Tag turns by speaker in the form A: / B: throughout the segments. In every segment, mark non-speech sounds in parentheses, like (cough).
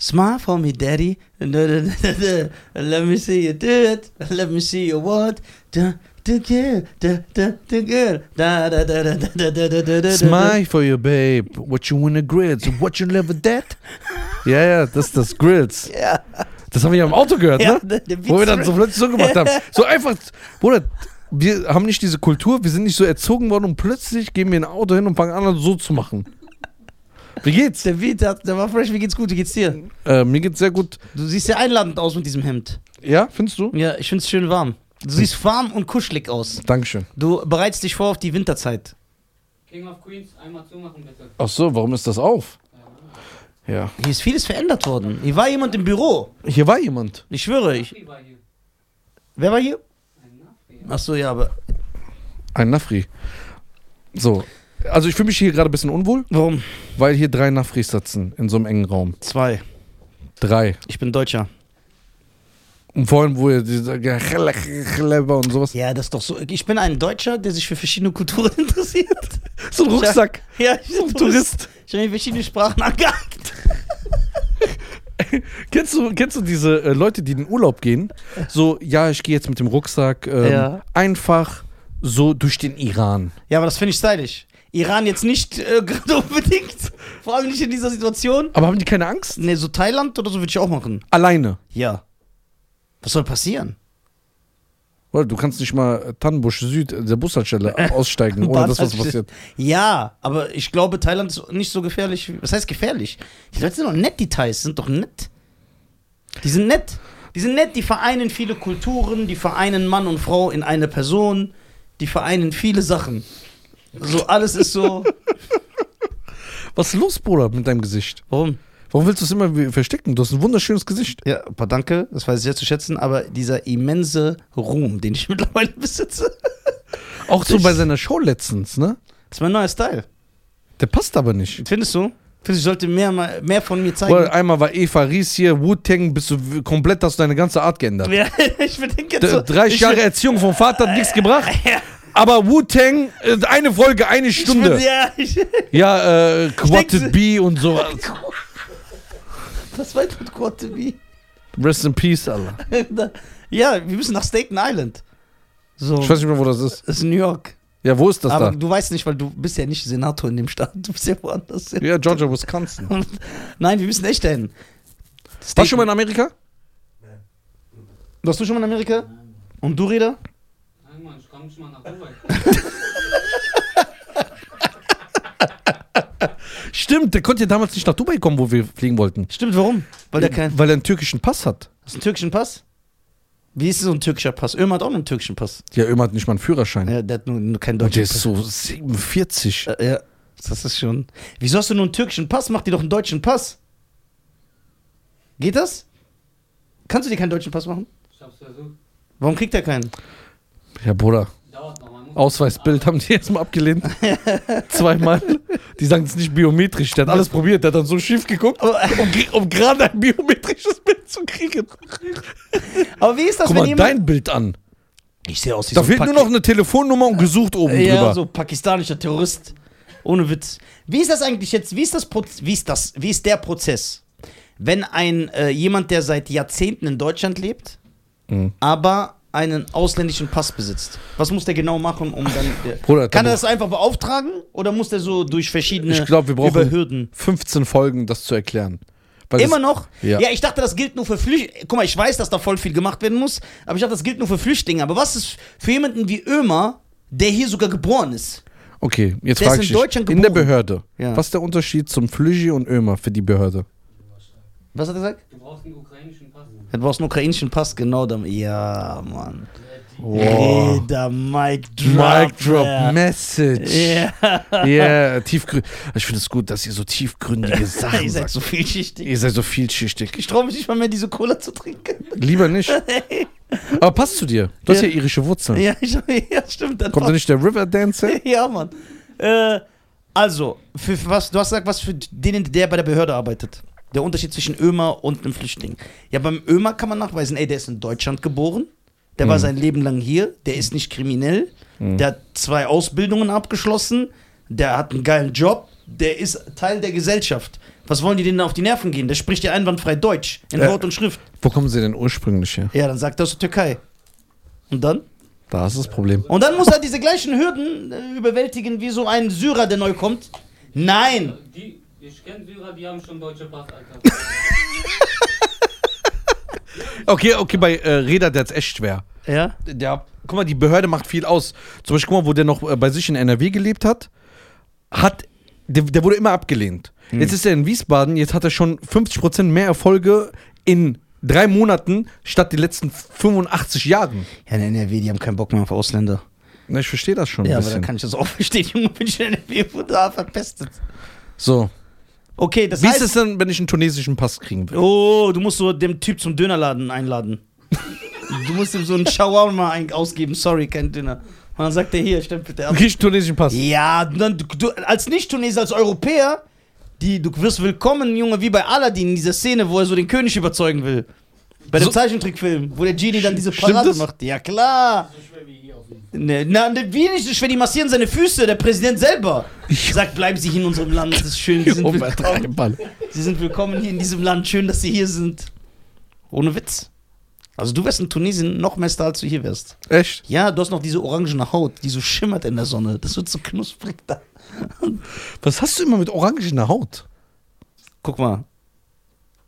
A: Smile for me, daddy. Let me see you do it. Let me see you what. Da, da, girl, da, da, da, girl. Da, da, da, da, da, da, da, da, da, da.
B: Smile for your babe. What you wanna grill? So what you never dead? Ja, ja, das ist das Grills.
A: Ja,
B: Das haben wir ja im Auto gehört,
A: ja,
B: ne?
A: der- der
B: Wo wir
A: Beats-
B: dann so plötzlich so gemacht
A: (laughs)
B: haben. So einfach, Bruder, wir haben nicht diese Kultur, wir sind nicht so erzogen worden und plötzlich gehen wir in ein Auto hin und fangen an, so zu machen. Wie geht's?
A: Der Beat hat, der war fresh. Wie geht's gut? Wie geht's dir?
B: Äh, mir geht's sehr gut.
A: Du siehst sehr einladend aus mit diesem Hemd.
B: Ja, findest du?
A: Ja, ich find's schön warm. Du siehst warm und kuschelig aus.
B: Dankeschön.
A: Du bereitest dich vor auf die Winterzeit.
C: King of Queens, einmal zumachen bitte.
B: Ach so, warum ist das auf? Ja.
A: Hier ist vieles verändert worden. Hier war jemand im Büro.
B: Hier war jemand.
A: Ich schwöre. Ich,
C: Nafi war hier.
A: wer war hier?
C: Ein Nafi.
A: Ach so, ja, aber
B: Ein Nafri. So. Also ich fühle mich hier gerade ein bisschen unwohl,
A: warum?
B: weil hier drei Nafris sitzen in so einem engen Raum.
A: Zwei.
B: Drei.
A: Ich bin Deutscher.
B: Und vor allem, wo ihr dieser Chlebber und sowas.
A: Ja, das ist doch so. Ich bin ein Deutscher, der sich für verschiedene Kulturen (laughs) interessiert.
B: So ein (laughs) Rucksack.
A: Ja, ich bin
B: Tourist.
A: Ich habe mir verschiedene Sprachen angeeignet.
B: Kennst du, kennst du diese äh, Leute, die in den Urlaub gehen? So, ja, ich gehe jetzt mit dem Rucksack ähm,
A: Ja.
B: einfach so durch den Iran.
A: Ja, aber das finde ich stylisch. Iran jetzt nicht äh, (laughs) gerade unbedingt. Vor allem nicht in dieser Situation.
B: Aber haben die keine Angst?
A: Ne, so Thailand oder so würde ich auch machen.
B: Alleine.
A: Ja. Was soll passieren?
B: Oder du kannst nicht mal äh, Tannenbusch Süd, äh, der Bushaltestelle, (laughs) aussteigen, ohne dass was passiert.
A: Ja, aber ich glaube, Thailand ist nicht so gefährlich. Was heißt gefährlich? Die Leute sind doch nett, die Thais sind doch nett. Die sind nett. Die sind nett, die vereinen viele Kulturen, die vereinen Mann und Frau in eine Person, die vereinen viele Sachen. So alles ist (laughs) so.
B: Was ist los, Bruder, mit deinem Gesicht?
A: Warum?
B: Warum willst du es immer wie- verstecken? Du hast ein wunderschönes Gesicht.
A: Ja, ein paar Danke, das weiß ich sehr zu schätzen, aber dieser immense Ruhm, den ich (laughs) mittlerweile besitze,
B: Auch so
A: Ich-
B: bei seiner Show letztens, ne?
A: ist mein neuer Style.
B: Der passt aber nicht.
A: Findest du? Findest du, ich sollte mehr, mal- mehr von mir zeigen?
B: Bruder, einmal war Eva Ries hier, Wu-Tang, bist du w- komplett, hast du deine ganze Art geändert.
A: (laughs) Ja, ich bedenke jetzt
B: D-
A: so.
B: 30
A: ich-
B: Jahre Erziehung vom Vater hat nichts gebracht.
A: (laughs) Ja.
B: Aber Wu-Tang, äh, eine Folge, eine
A: Ich
B: Stunde.
A: bin, ja, ich, (laughs)
B: Ja, äh, Quatted
A: denk-
B: B und sowas.
A: was war das mit Quarterby?
B: Rest in Peace, Allah.
A: (laughs) Ja, wir müssen nach Staten Island. So,
B: Ich weiß nicht mehr, wo das ist.
A: das ist New York.
B: Ja, wo ist das
A: Aber
B: da?
A: du weißt nicht, weil du bist ja nicht Senator in dem Staat. Du bist ja woanders.
B: Ja, Georgia, Wisconsin.
A: (laughs) Nein, wir müssen echt dahin.
B: Warst du schon mal in Amerika?
A: Warst du schon mal in Amerika? Und du, Reda?
C: Nein, Mann, ich komm nicht mal nach Dubai.
B: Stimmt, der konnte ja damals nicht nach Dubai kommen, wo wir fliegen wollten.
A: Stimmt, warum? Weil der keinen
B: Weil er einen türkischen Pass hat.
A: Hast du einen türkischen Pass? Wie ist so ein türkischer Pass? Ömer hat auch einen türkischen Pass.
B: Ja, Ömer hat nicht mal einen Führerschein.
A: Ja, der hat nur, nur keinen
B: Und
A: deutschen
B: der ist so 47.
A: Pass. Äh, Ja, das ist schon. Wieso hast du nur einen türkischen Pass? Mach dir doch einen deutschen Pass. Geht das? Kannst du dir keinen deutschen Pass machen?
C: Ich hab's versucht.
A: Warum kriegt er keinen?
B: Ja, Bruder.
C: Dauert noch, man
B: Oh.
C: muss.
B: Ausweisbild haben die
A: (laughs)
B: erstmal abgelehnt. Zweimal. Die sagen, es ist nicht biometrisch. Der hat alles probiert. Der hat dann so schief geguckt, um, gr- um gerade ein biometrisches Bild zu kriegen.
A: Aber wie ist das,
B: Guck
A: wenn
B: mal
A: jemand.
B: dein Bild an.
A: ich sehe aus wie
B: Da
A: so ein
B: fehlt nur
A: Paki-
B: noch eine Telefonnummer und gesucht oben
A: Äh, ja,
B: drüber.
A: so pakistanischer Terrorist. Ohne Witz. Wie ist das eigentlich jetzt? Wie ist das Proz- wie ist das wie ist der Prozess? Wenn ein äh, jemand, der seit Jahrzehnten in Deutschland lebt,
B: Mhm.
A: aber einen ausländischen Pass besitzt. Was muss der genau machen, um dann äh,
B: Bruder,
A: kann er
B: Tabu.
A: das einfach beauftragen oder muss der so durch verschiedene
B: Ich glaub, wir brauchen-
A: ne. Überhürden?
B: 15 Folgen, das zu erklären. Weil
A: Immer
B: das-
A: noch?
B: Ja.
A: ich dachte, das gilt nur für Flüchtlinge. Guck mal, ich weiß, dass da voll viel gemacht werden muss, aber ich dachte, das gilt nur für Flüchtlinge. Aber was ist für jemanden wie Ömer, der hier sogar geboren ist?
B: Okay, jetzt
A: Der ist
B: frage
A: in
B: ich
A: Deutschland
B: dich. In der
A: geboren.
B: Behörde.
A: Ja.
B: Was ist der Unterschied zum Flüggi und Ömer für die Behörde?
A: Was hat er gesagt?
C: Du brauchst einen ukrainischen Pass.
A: Du brauchst einen ukrainischen Pass, genau. Dann, ja, Mann.
B: Wow.
A: Reda, Mic Drop.
B: Mic Drop
A: ja.
B: Message.
A: Ja,
B: Ja, tiefgrün. Ich finde es gut, dass ihr
A: (laughs)
B: so tiefgründige Sachen
A: ihr seid
B: sagt.
A: so vielschichtig.
B: Ihr seid so vielschichtig.
A: Ich traue mich nicht mal mehr, diese Cola zu (laughs) trinken.
B: Lieber nicht. Aber passt zu dir. Du hast ja
A: Ja.
B: irische Wurzeln.
A: Ja, ich, ja stimmt. Dann
B: Kommt da nicht der Riverdance her?
A: (laughs) Ja, Mann. Äh, also, für für was, du hast gesagt, was für den, der bei der Behörde arbeitet. Der Unterschied zwischen Ömer und einem Flüchtling. Ja, beim Ömer kann man nachweisen, ey, der ist in Deutschland geboren, der war sein Leben lang hier, der ist Mhm. nicht kriminell, der hat zwei Ausbildungen abgeschlossen, der hat einen geilen Job, der ist Teil der Gesellschaft. Was wollen die denen auf die Nerven gehen? Der spricht ja einwandfrei Deutsch, in
B: Ja.
A: Wort und Schrift.
B: Wo kommen sie denn ursprünglich her?
A: Äh. Ja, dann sagt er aus der Türkei. Und dann?
B: Da ist das Problem.
A: Und dann muss er diese gleichen Hürden äh, überwältigen wie so ein Syrer, der neu kommt. Nein!
C: Äh, Die, ich kenne Syrer, die haben schon deutsche Pass, (laughs) Alter.
B: Okay, okay, bei äh, Reda, der ist echt schwer.
A: Ja?
B: der, guck mal, die Behörde macht viel aus. Zum Beispiel, guck mal, wo der noch äh, bei sich in NRW gelebt hat, hat der, der wurde immer abgelehnt. Jetzt ist er in Wiesbaden, jetzt hat er schon 50% mehr Erfolge in drei Monaten statt die letzten 85 Jahren.
A: Ja, in NRW, die haben keinen Bock mehr auf Ausländer.
B: Na, ich verstehe das schon
A: Ja,
B: ein
A: aber dann
B: bisschen.
A: kann ich das auch (laughs) verstehen. Junge, bin ich in NRW, wurde da verpestet.
B: so.
A: Okay, das
B: Wie
A: heißt...
B: ist es denn, wenn ich einen tunesischen Pass kriegen will?
A: Oh, du musst so den Typ zum Dönerladen einladen. du musst ihm so einen Shawarma ein- ausgeben. Sorry, kein Döner. Und dann sagt er hier, stimmt bitte (laughs) ab.
B: Krieg ich einen tunesischen Pass?
A: Ja, dann, du, du, als Nicht-Tuneser, als Europäer, die, du wirst willkommen, Junge, wie bei Aladdin in dieser Szene, wo er so den König überzeugen will. Bei dem
B: So-
A: Zeichentrickfilm, wo der Genie dann diese
B: Stimmt
A: Parade
B: das?
A: macht. Ja, klar.
C: So schwer wie hier auf jeden Fall.
A: Ne, na, ne, wie nicht, so schwer, die massieren seine Füße, der Präsident selber. Sagt, bleiben Sie hier in unserem Land, es ist
B: (laughs)
A: schön, Sie sind, willkommen. Sie sind willkommen hier in diesem Land, schön, dass Sie hier sind. Ohne Witz. Also du wärst in Tunesien noch mehr Star, als du hier wärst.
B: Echt?
A: Ja, du hast noch diese orangene Haut, die so schimmert in der Sonne. Das wird so knusprig da.
B: Was hast du immer mit orangener Haut?
A: Guck mal,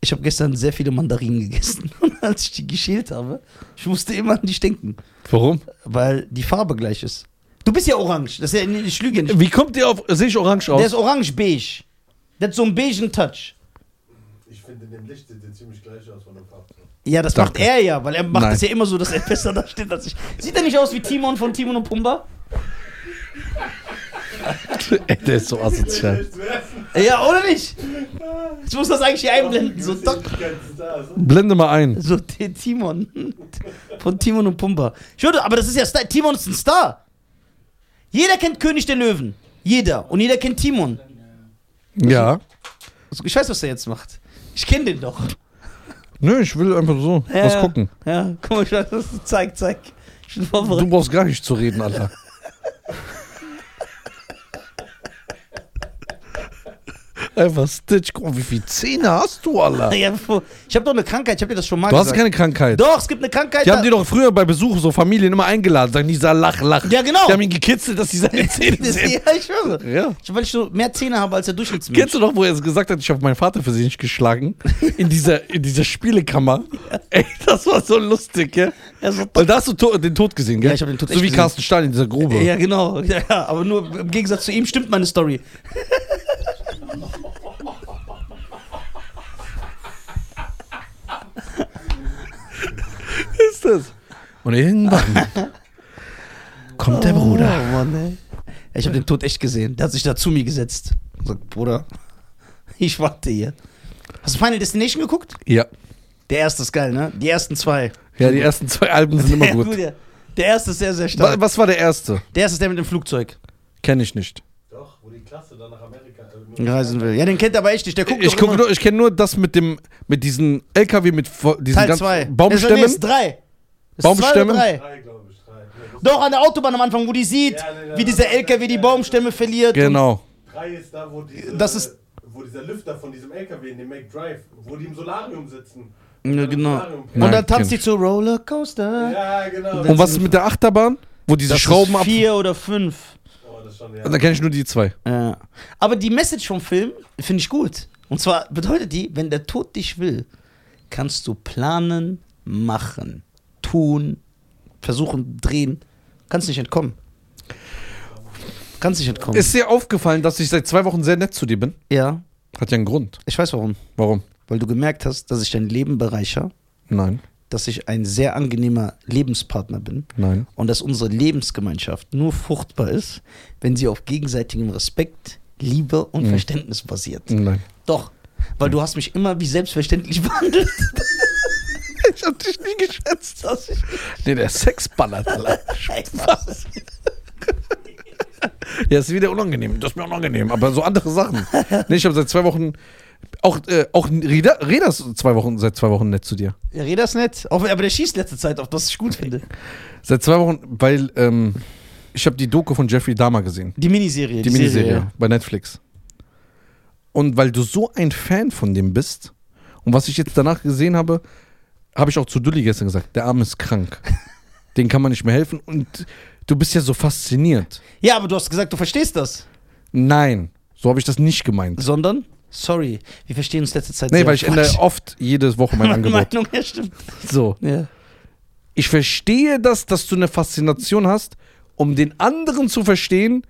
A: ich habe gestern sehr viele Mandarinen gegessen. (laughs) Und als ich die geschält habe, ich musste immer an dich denken,
B: Warum?
A: weil die Farbe gleich ist. Du bist ja orange, das ist ja, nee, ich lüge ja nicht.
B: Wie kommt dir auf. Sehe ich orange
A: Der
B: aus?
A: ist orange-beige. Der hat so einen beigen Touch.
D: Ich finde, in dem Licht sieht der ziemlich gleich aus von der Farbe.
A: Ja, das
B: Danke.
A: macht er ja, weil er macht
B: Nein.
A: das ja immer so, dass er (laughs) besser da steht als ich. Sieht er nicht aus wie Timon von Timon und Pumba?
B: Ey, der ist so asozial.
A: Ja, oder nicht? Ich muss das eigentlich hier einblenden. So, Doc,
B: (laughs) Blende mal ein.
A: so T- Timon. Von Timon und Pumba. Ich würde, aber das ist ja Star. Timon ist ein Star. Jeder kennt König der Löwen. Jeder. Und jeder kennt Timon.
B: Ja.
A: Also, Ich weiß, was er jetzt macht. Ich kenne den doch.
B: Nö, ich will einfach so
A: Ja,
B: was
A: ja.
B: gucken.
A: Ja, guck mal, ich weiß, was du zeig, zeig. Ich bin
B: Du
A: vorbereitet.
B: brauchst gar nicht zu
A: (laughs)
B: reden, Alter. Einfach Stitch, guck mal, wie viele Zähne hast du, Alter?
A: Ja, bevor- ich habe doch eine Krankheit, ich habe dir das schon mal
B: Du hast
A: gesagt.
B: keine Krankheit.
A: doch, es gibt eine Krankheit.
B: Die haben
A: da-
B: die doch früher bei Besuch so Familien immer eingeladen, sagen, dieser lach, lach.
A: Ja, genau.
B: Die haben ihn gekitzelt, dass die
A: (laughs)
B: seine Zähne
A: Das,
B: sehen.
A: ja, ich schwöre.
B: Ja.
A: Ich- Weil ich so mehr Zähne habe als der Durchschnittsmensch.
B: Kennst du noch, wo er gesagt hat, ich habe meinen Vater versehentlich geschlagen? In dieser, in dieser Spielekammer. Ey, das war so lustig, gell?
A: Ja, so-
B: Weil da hast du to den Tod gesehen, gell?
A: Ja, ich hab den Tod
B: So
A: echt
B: wie
A: gesehen.
B: Carsten Stein in dieser Grube.
A: ja, genau. Ja, ja, aber nur im Gegensatz zu ihm stimmt meine Story.
B: ist das? Und irgendwann
A: (laughs)
B: kommt der Bruder.
A: Oh, Mann, ey. Ich habe den Tod echt gesehen. Der hat sich da zu mir gesetzt. Und sagt, Bruder, (laughs) ich warte hier. Hast du Final Destination geguckt?
B: Ja.
A: Der erste ist geil, ne? Die ersten zwei.
B: Ja, die ersten zwei Alben
A: (laughs)
B: sind immer
A: Der-
B: gut.
A: Der, der erste ist sehr, sehr
B: Wa-
A: stark.
B: Was war der erste?
A: Der erste ist der mit dem Flugzeug.
B: Kenne ich nicht.
D: Doch, wo die Klasse dann nach Amerika. Äh, nur-
A: Reisen will. Ja, den kennt er aber echt nicht. Der guckt
B: Ich,
A: doch
B: gucke
A: immer-
B: nur, ich kenne nur das mit dem, mit diesen LKW mit vo- diesen
A: Teil
B: ganzen
A: 2.
B: Baumstämmen.
A: Ist, nee, ist drei. Ist
B: Baumstämmen?
A: Zwei oder drei.
D: Drei, glaube ich, drei. Ja, das-
A: Doch, an der Autobahn am Anfang, wo die sieht,
D: Ja, ja, ja.
A: wie dieser LKW die Baumstämme verliert.
B: genau.
D: Drei ist da, wo diese,
A: Das ist-
D: wo dieser Lüfter von diesem LKW in dem Make Drive, wo die im Solarium sitzen.
A: Und, ja, genau.
D: Solarium.
A: Und
B: Nein,
A: dann tanzt
B: kenn
A: die zu Rollercoaster.
D: Ja, genau.
B: Und was ist mit der Achterbahn? Wo diese
A: Das
B: Schrauben
A: ist
B: ab.
A: vier oder fünf.
D: Oh, das ist schon, ja.
B: Da kenne ich nur die zwei.
A: Ja. Äh, Aber die Message vom Film finde ich gut. Und zwar bedeutet die, wenn der Tod dich will, kannst du planen, machen, tun, versuchen, drehen. Kannst nicht entkommen. Kannst nicht entkommen.
B: Ist dir aufgefallen, dass ich seit zwei Wochen sehr nett zu dir bin?
A: ja,
B: Hat ja einen Grund.
A: ich weiß warum.
B: Warum?
A: Weil du gemerkt hast, dass ich dein Leben bereichere,
B: Nein.
A: dass ich ein sehr angenehmer Lebenspartner bin.
B: Nein.
A: und dass unsere Lebensgemeinschaft nur fruchtbar ist, wenn sie auf gegenseitigem Respekt, Liebe und Verständnis basiert.
B: Nein.
A: Doch, weil du hast mich immer wie selbstverständlich (laughs) behandelt.
B: (laughs) Ich hab dich nie geschätzt.
A: Dass ich,
B: Nee, der Sex ballert, (laughs) Alter.
A: Was?
B: Ja, ist wieder unangenehm. Das ist mir unangenehm. Aber so andere Sachen. Nee, ich habe seit zwei Wochen. Auch, äh, auch Reda, Reda ist zwei Wochen, seit zwei Wochen nett zu dir.
A: Ja, Reda ist nett, auch, aber der schießt letzte Zeit auf, was ich gut finde.
B: Seit zwei Wochen, weil ähm, ich habe die Doku von Jeffrey Dahmer gesehen.
A: Die Miniserie.
B: Die Miniserie bei Netflix. Und weil du so ein Fan von dem bist, und was ich jetzt danach gesehen habe, habe ich auch zu Dulli gestern gesagt, der Arm
A: (laughs)
B: ist krank. Den kann man nicht mehr helfen. Und du bist ja so fasziniert.
A: Ja, aber du hast gesagt, du verstehst das.
B: Nein, so habe ich das nicht gemeint.
A: Sondern, sorry, wir verstehen uns letzte Zeit
B: Nee,
A: sehr.
B: weil ich ändere
A: Quatsch.
B: oft jede Woche
A: (laughs)
B: mein
A: Meine
B: Angebot.
A: Meinung, ja, stimmt.
B: So.
A: Ja.
B: Ich verstehe das, dass du eine Faszination hast, um den anderen zu verstehen,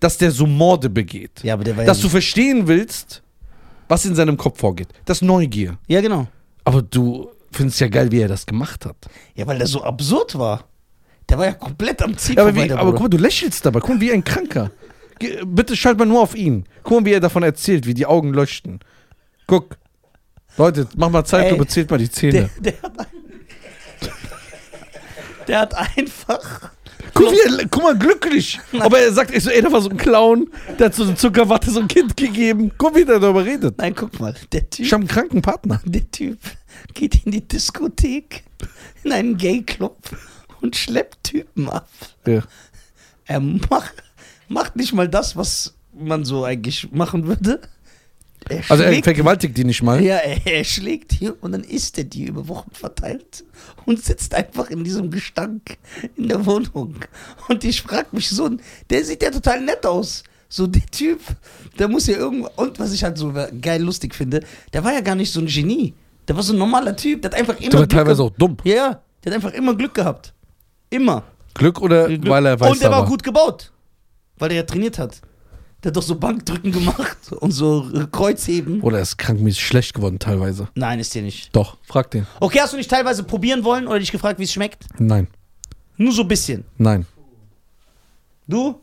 B: dass der so Morde begeht.
A: ja, aber der war
B: Dass
A: ja,
B: du verstehen willst, was in seinem Kopf vorgeht. Das ist Neugier.
A: ja, genau.
B: Aber du findest ja geil, wie er das gemacht hat.
A: Ja, weil der so absurd war. Der war ja komplett am Ziel.
B: Ja, aber, wie,
A: vorbei, der
B: aber guck
A: Bruder.
B: mal, du lächelst dabei. Guck mal, wie ein Kranker. Ge bitte schalt mal nur auf ihn. Guck mal, wie er davon erzählt, wie die Augen leuchten. Guck. Leute, mach mal Zeit,
A: Ey,
B: du zählt mal die
A: der,
B: Zähne.
A: der, hat, (laughs) der hat einfach.
B: Guck, wie er, guck mal, glücklich. Aber er sagt, ich so, ey, da war so ein Clown, der hat so eine Zuckerwatte so ein Kind gegeben. Guck, wie der darüber redet.
A: Nein, guck mal, der Typ.
B: Ich habe einen kranken Partner.
A: Der Typ geht in die Diskothek, in einen Gay-Club und schleppt Typen ab.
B: Ja.
A: Er macht, macht nicht mal das, was man so eigentlich machen würde. Er
B: Also er
A: schlägt,
B: vergewaltigt die nicht mal.
A: ja, er, er schlägt hier und dann isst er die über Wochen verteilt und sitzt einfach in diesem Gestank in der Wohnung. Und ich frage mich so, der sieht ja total nett aus. So der Typ, der muss ja irgendwo. Und was ich halt so geil lustig finde, der war ja gar nicht so ein Genie. Der war so ein normaler Typ, der hat einfach immer.
B: Der war
A: Glück
B: teilweise auch
A: gehabt.
B: dumm.
A: Ja, ja, der hat einfach immer Glück gehabt. Immer.
B: Glück oder weil er weiß,
A: Und der war
B: aber.
A: gut gebaut, weil der ja trainiert hat. Der hat doch so Bankdrücken gemacht und so äh, Kreuzheben.
B: Oder er ist krankmäßig schlecht geworden teilweise.
A: Nein, ist dir nicht.
B: Doch, frag den.
A: Okay, hast du nicht teilweise probieren wollen oder dich gefragt, wie es schmeckt?
B: Nein,
A: Nur so ein bisschen.
B: nein.
A: Du?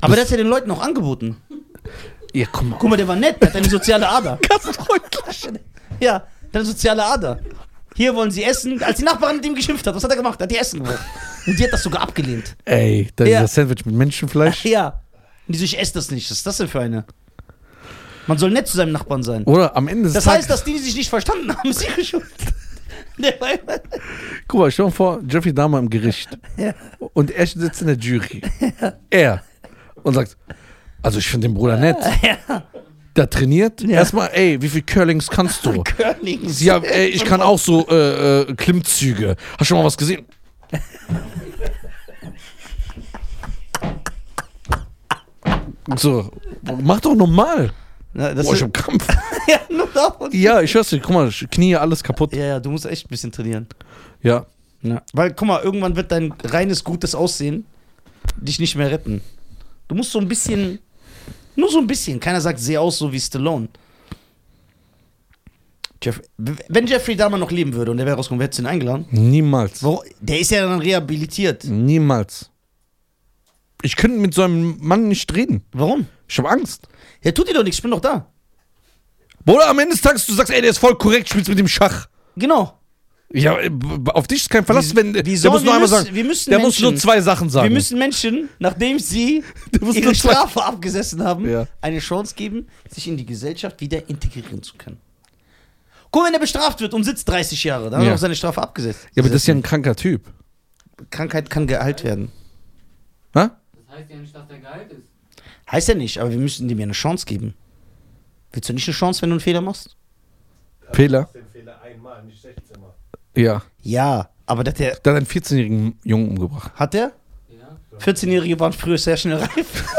A: Aber der hat ja den Leuten auch angeboten.
B: Ja, guck mal.
A: Guck mal, der war nett, der hat eine soziale Ader. Ja, der hat eine soziale Ader. Hier wollen sie essen. Als die Nachbarin mit ihm geschimpft hat, was hat er gemacht? Er hat die Essen geworfen. Und die hat das sogar abgelehnt.
B: Ey, das
A: Ja.
B: ist das Sandwich mit Menschenfleisch.
A: Ja. Und die so, ich esse das nicht. Was ist das denn für eine? Man soll nett zu seinem Nachbarn sein.
B: Oder am Ende des
A: Das
B: Tages.
A: heißt, dass die, die sich nicht verstanden haben, ist ihre Schuld. Der war immer
B: Guck mal, stell dir mal vor, Jeffrey Dahmer im Gericht.
A: Ja.
B: Und er sitzt in der Jury. Er. Und sagt, also ich finde den Bruder nett. Der trainiert.
A: Ja.
B: Erstmal, ey, wie viel Curlings kannst du?
A: Curlings.
B: Ja, ey, ich kann auch so äh, äh, Klimmzüge. Hast du schon mal was gesehen? So, mach doch normal.
A: Na, das
B: Boah, ich
A: ist,
B: hab Krampf.
A: (laughs) ja, nur davon.
B: Ja, ich hör's dir. Guck mal, Knie, alles kaputt.
A: Ja, ja, du musst echt ein bisschen trainieren.
B: Ja.
A: Weil, guck mal, irgendwann wird dein reines, gutes Aussehen dich nicht mehr retten. Du musst so ein bisschen, nur so ein bisschen. Keiner sagt, seh aus so wie Stallone. Jeff, wenn Jeffrey Dahmer noch leben würde und der wäre rausgekommen, wer hätte ihn eingeladen?
B: Niemals.
A: Wo- Der ist ja dann rehabilitiert.
B: Niemals. Ich könnte mit so einem Mann nicht reden.
A: Warum?
B: Ich habe Angst.
A: Ja, tut dir doch nichts, ich bin doch da.
B: Bruder, am Ende des Tages, du sagst, ey, der ist voll korrekt, spielst mit dem Schach.
A: Genau.
B: Ja, äh, b- auf dich ist kein Verlass, wenn der
A: wieso?
B: muss
A: Wir
B: nur einmal
A: müssen-
B: sagen.
A: wir müssen
B: der
A: Menschen-
B: muss nur zwei Sachen sagen.
A: Wir müssen Menschen, nachdem
B: (laughs)
A: sie
B: Der muss
A: ihre
B: nur zwei-
A: Strafe abgesessen haben,
B: Ja.
A: eine Chance geben, sich in die Gesellschaft wieder integrieren zu können. Guck, wenn er bestraft wird und sitzt 30 Jahre, dann hat
B: Ja.
A: er auch seine Strafe abgesetzt.
B: ja, aber das ist ja ein kranker Typ.
A: Krankheit kann geheilt werden.
B: Ha?
C: Das heißt ja nicht, dass der geheilt ist.
A: Heißt ja nicht, aber wir müssen dem ja eine Chance geben. Willst du nicht eine Chance, wenn du einen Fehler machst?
B: Fehler.
D: Den Fehler einmal, nicht 16 Mal.
B: Ja.
A: Ja, aber dass der,
B: Der hat einen 14-jährigen Jungen
A: (laughs)
B: umgebracht.
A: hat der?
C: Ja.
A: 14-Jährige waren früher sehr schnell reif. (laughs)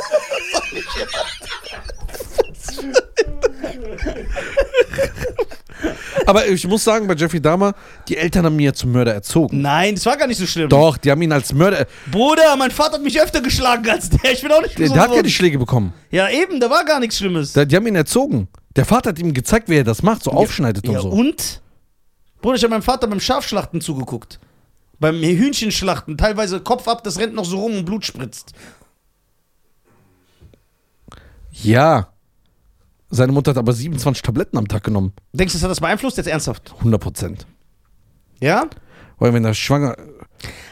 B: Aber ich muss sagen, bei Jeffrey Dahmer, die Eltern haben ihn ja zum Mörder erzogen.
A: Nein, das war gar nicht so schlimm.
B: Doch, die haben ihn als Mörder.
A: Bruder, mein Vater hat mich öfter geschlagen als der. Ich bin auch nicht
B: Der,
A: gesund
B: der hat ja
A: worden.
B: die Schläge bekommen.
A: Ja, eben, da war gar nichts Schlimmes.
B: Der, die haben ihn erzogen. Der Vater hat ihm gezeigt, wie er das macht, so aufschneidet und
A: ja,
B: so.
A: und? Bruder, ich habe meinem Vater beim Schafschlachten zugeguckt. Beim Hühnchenschlachten. Teilweise Kopf ab, das rennt noch so rum und Blut spritzt.
B: Ja. Seine Mutter hat aber 27 Tabletten am Tag genommen.
A: Denkst du, das hat das beeinflusst? Jetzt ernsthaft.
B: 100 Prozent.
A: Ja?
B: Weil wenn er schwanger...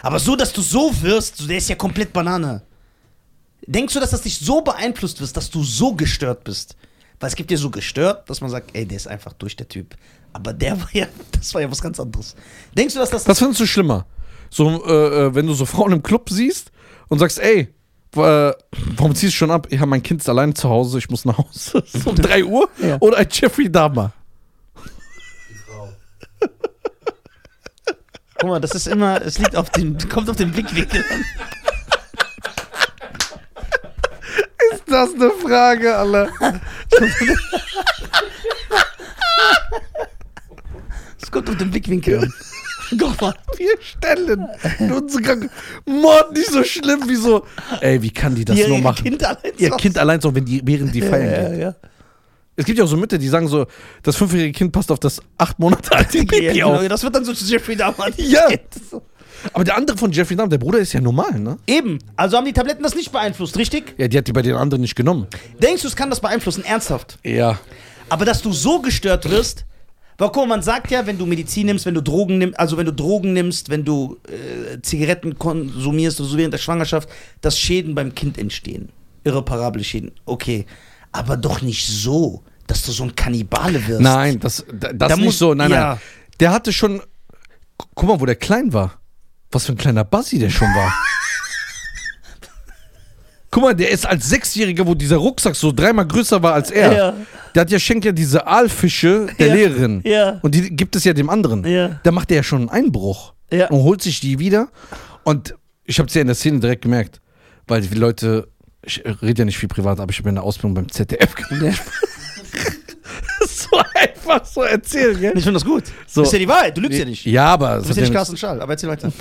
A: Aber so, dass du so wirst, so, der ist ja komplett Banane. Denkst du, dass das dich so beeinflusst wirst, dass du so gestört bist? Weil es gibt ja so gestört, dass man sagt, ey, der ist einfach durch der Typ. Aber der war ja, (laughs) das war ja was ganz anderes. Denkst du, dass das.
B: Was findest du schlimmer? So, äh, äh, wenn du so Frauen im Club siehst und sagst, ey, äh, warum ziehst du schon ab? Ja, mein Kind ist allein zu Hause, ich muss nach Hause. (laughs) So
A: (laughs)
B: um 3 Uhr.
A: Ja.
B: Oder ein Jeffrey Dahmer.
D: Die Frau.
A: Guck mal, das ist immer, es liegt auf den, kommt auf den Blickwinkel an.
B: Ist das eine Frage, alle?
A: Es kommt auf den Blickwinkel an. (laughs) Guck mal.
B: Wir stellen in unserer Kranken- Mord nicht so schlimm wie so. Ey, wie kann die das
A: Ihr-
B: nur
A: ihr
B: machen?
A: Kind allein
B: Ihr
A: zu
B: Kind allein so, wenn die, während die
A: Hause.
B: feiern
A: ja,
B: geht.
A: ja,
B: Es gibt ja auch so Mütter, die sagen so, das fünfjährige Kind passt auf das acht Monate alte
A: ja.
B: Baby
A: ja
B: auf.
A: genau, das wird dann so zu Jeffrey Dahmer.
B: (laughs)
A: (laughs)
B: Ja. Aber der andere von Jeffrey Dahmer, der Bruder ist ja normal, ne?
A: Eben. Also haben die Tabletten das nicht beeinflusst, richtig?
B: Ja, die hat die bei den anderen nicht genommen.
A: Denkst du, es kann das beeinflussen? Ernsthaft?
B: Ja.
A: Aber dass du so gestört wirst, weil guck mal, man sagt ja, wenn du Medizin nimmst, wenn du Drogen nimmst, also wenn du Drogen nimmst, wenn du äh, Zigaretten konsumierst, so während der Schwangerschaft, dass Schäden beim Kind entstehen. Irreparable Schäden. Okay. Aber doch nicht so, dass du so ein Kannibale wirst.
B: Nein, das, da- das
A: Da
B: nicht
A: muss-
B: so. Nein,
A: ja.
B: nein. Der hatte schon. Guck mal, wo der klein war. Was für ein kleiner Bassi der schon
A: (laughs)
B: war. Guck mal, der ist als Sechsjähriger, wo dieser Rucksack so dreimal größer war als er.
A: Ja.
B: Der hat ja schenkt ja diese Aalfische der
A: Ja.
B: Lehrerin.
A: Ja.
B: Und die gibt es ja dem anderen.
A: Ja.
B: Da macht er ja schon einen Einbruch.
A: Ja.
B: Und holt sich die wieder. Und ich habe es ja in der Szene direkt gemerkt, weil die Leute, ich rede ja nicht viel privat, aber ich habe eine Ausbildung beim ZDF gemacht. (laughs) so einfach so erzählen, gell?
A: Ich finde das gut.
B: So.
A: Ist ja die Wahrheit, du lügst ja nicht.
B: Ja, aber
A: Du
B: es
A: bist
B: hat
A: ja nicht
B: ja
A: Carsten Schall, aber erzähl weiter.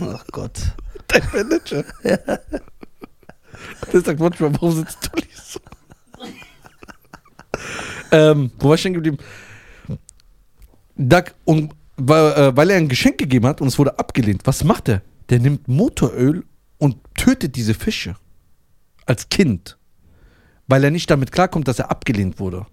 A: Ach Gott.
B: dein Manager. (laughs) Der sagt manchmal, warum sitzt du nicht so? (laughs) ähm, wo war ich denn geblieben? Doug, und, weil, äh, weil er ein Geschenk gegeben hat und es wurde abgelehnt, was macht er? Der nimmt Motoröl und tötet diese Fische. Als Kind. Weil er nicht damit klarkommt, dass er abgelehnt wurde.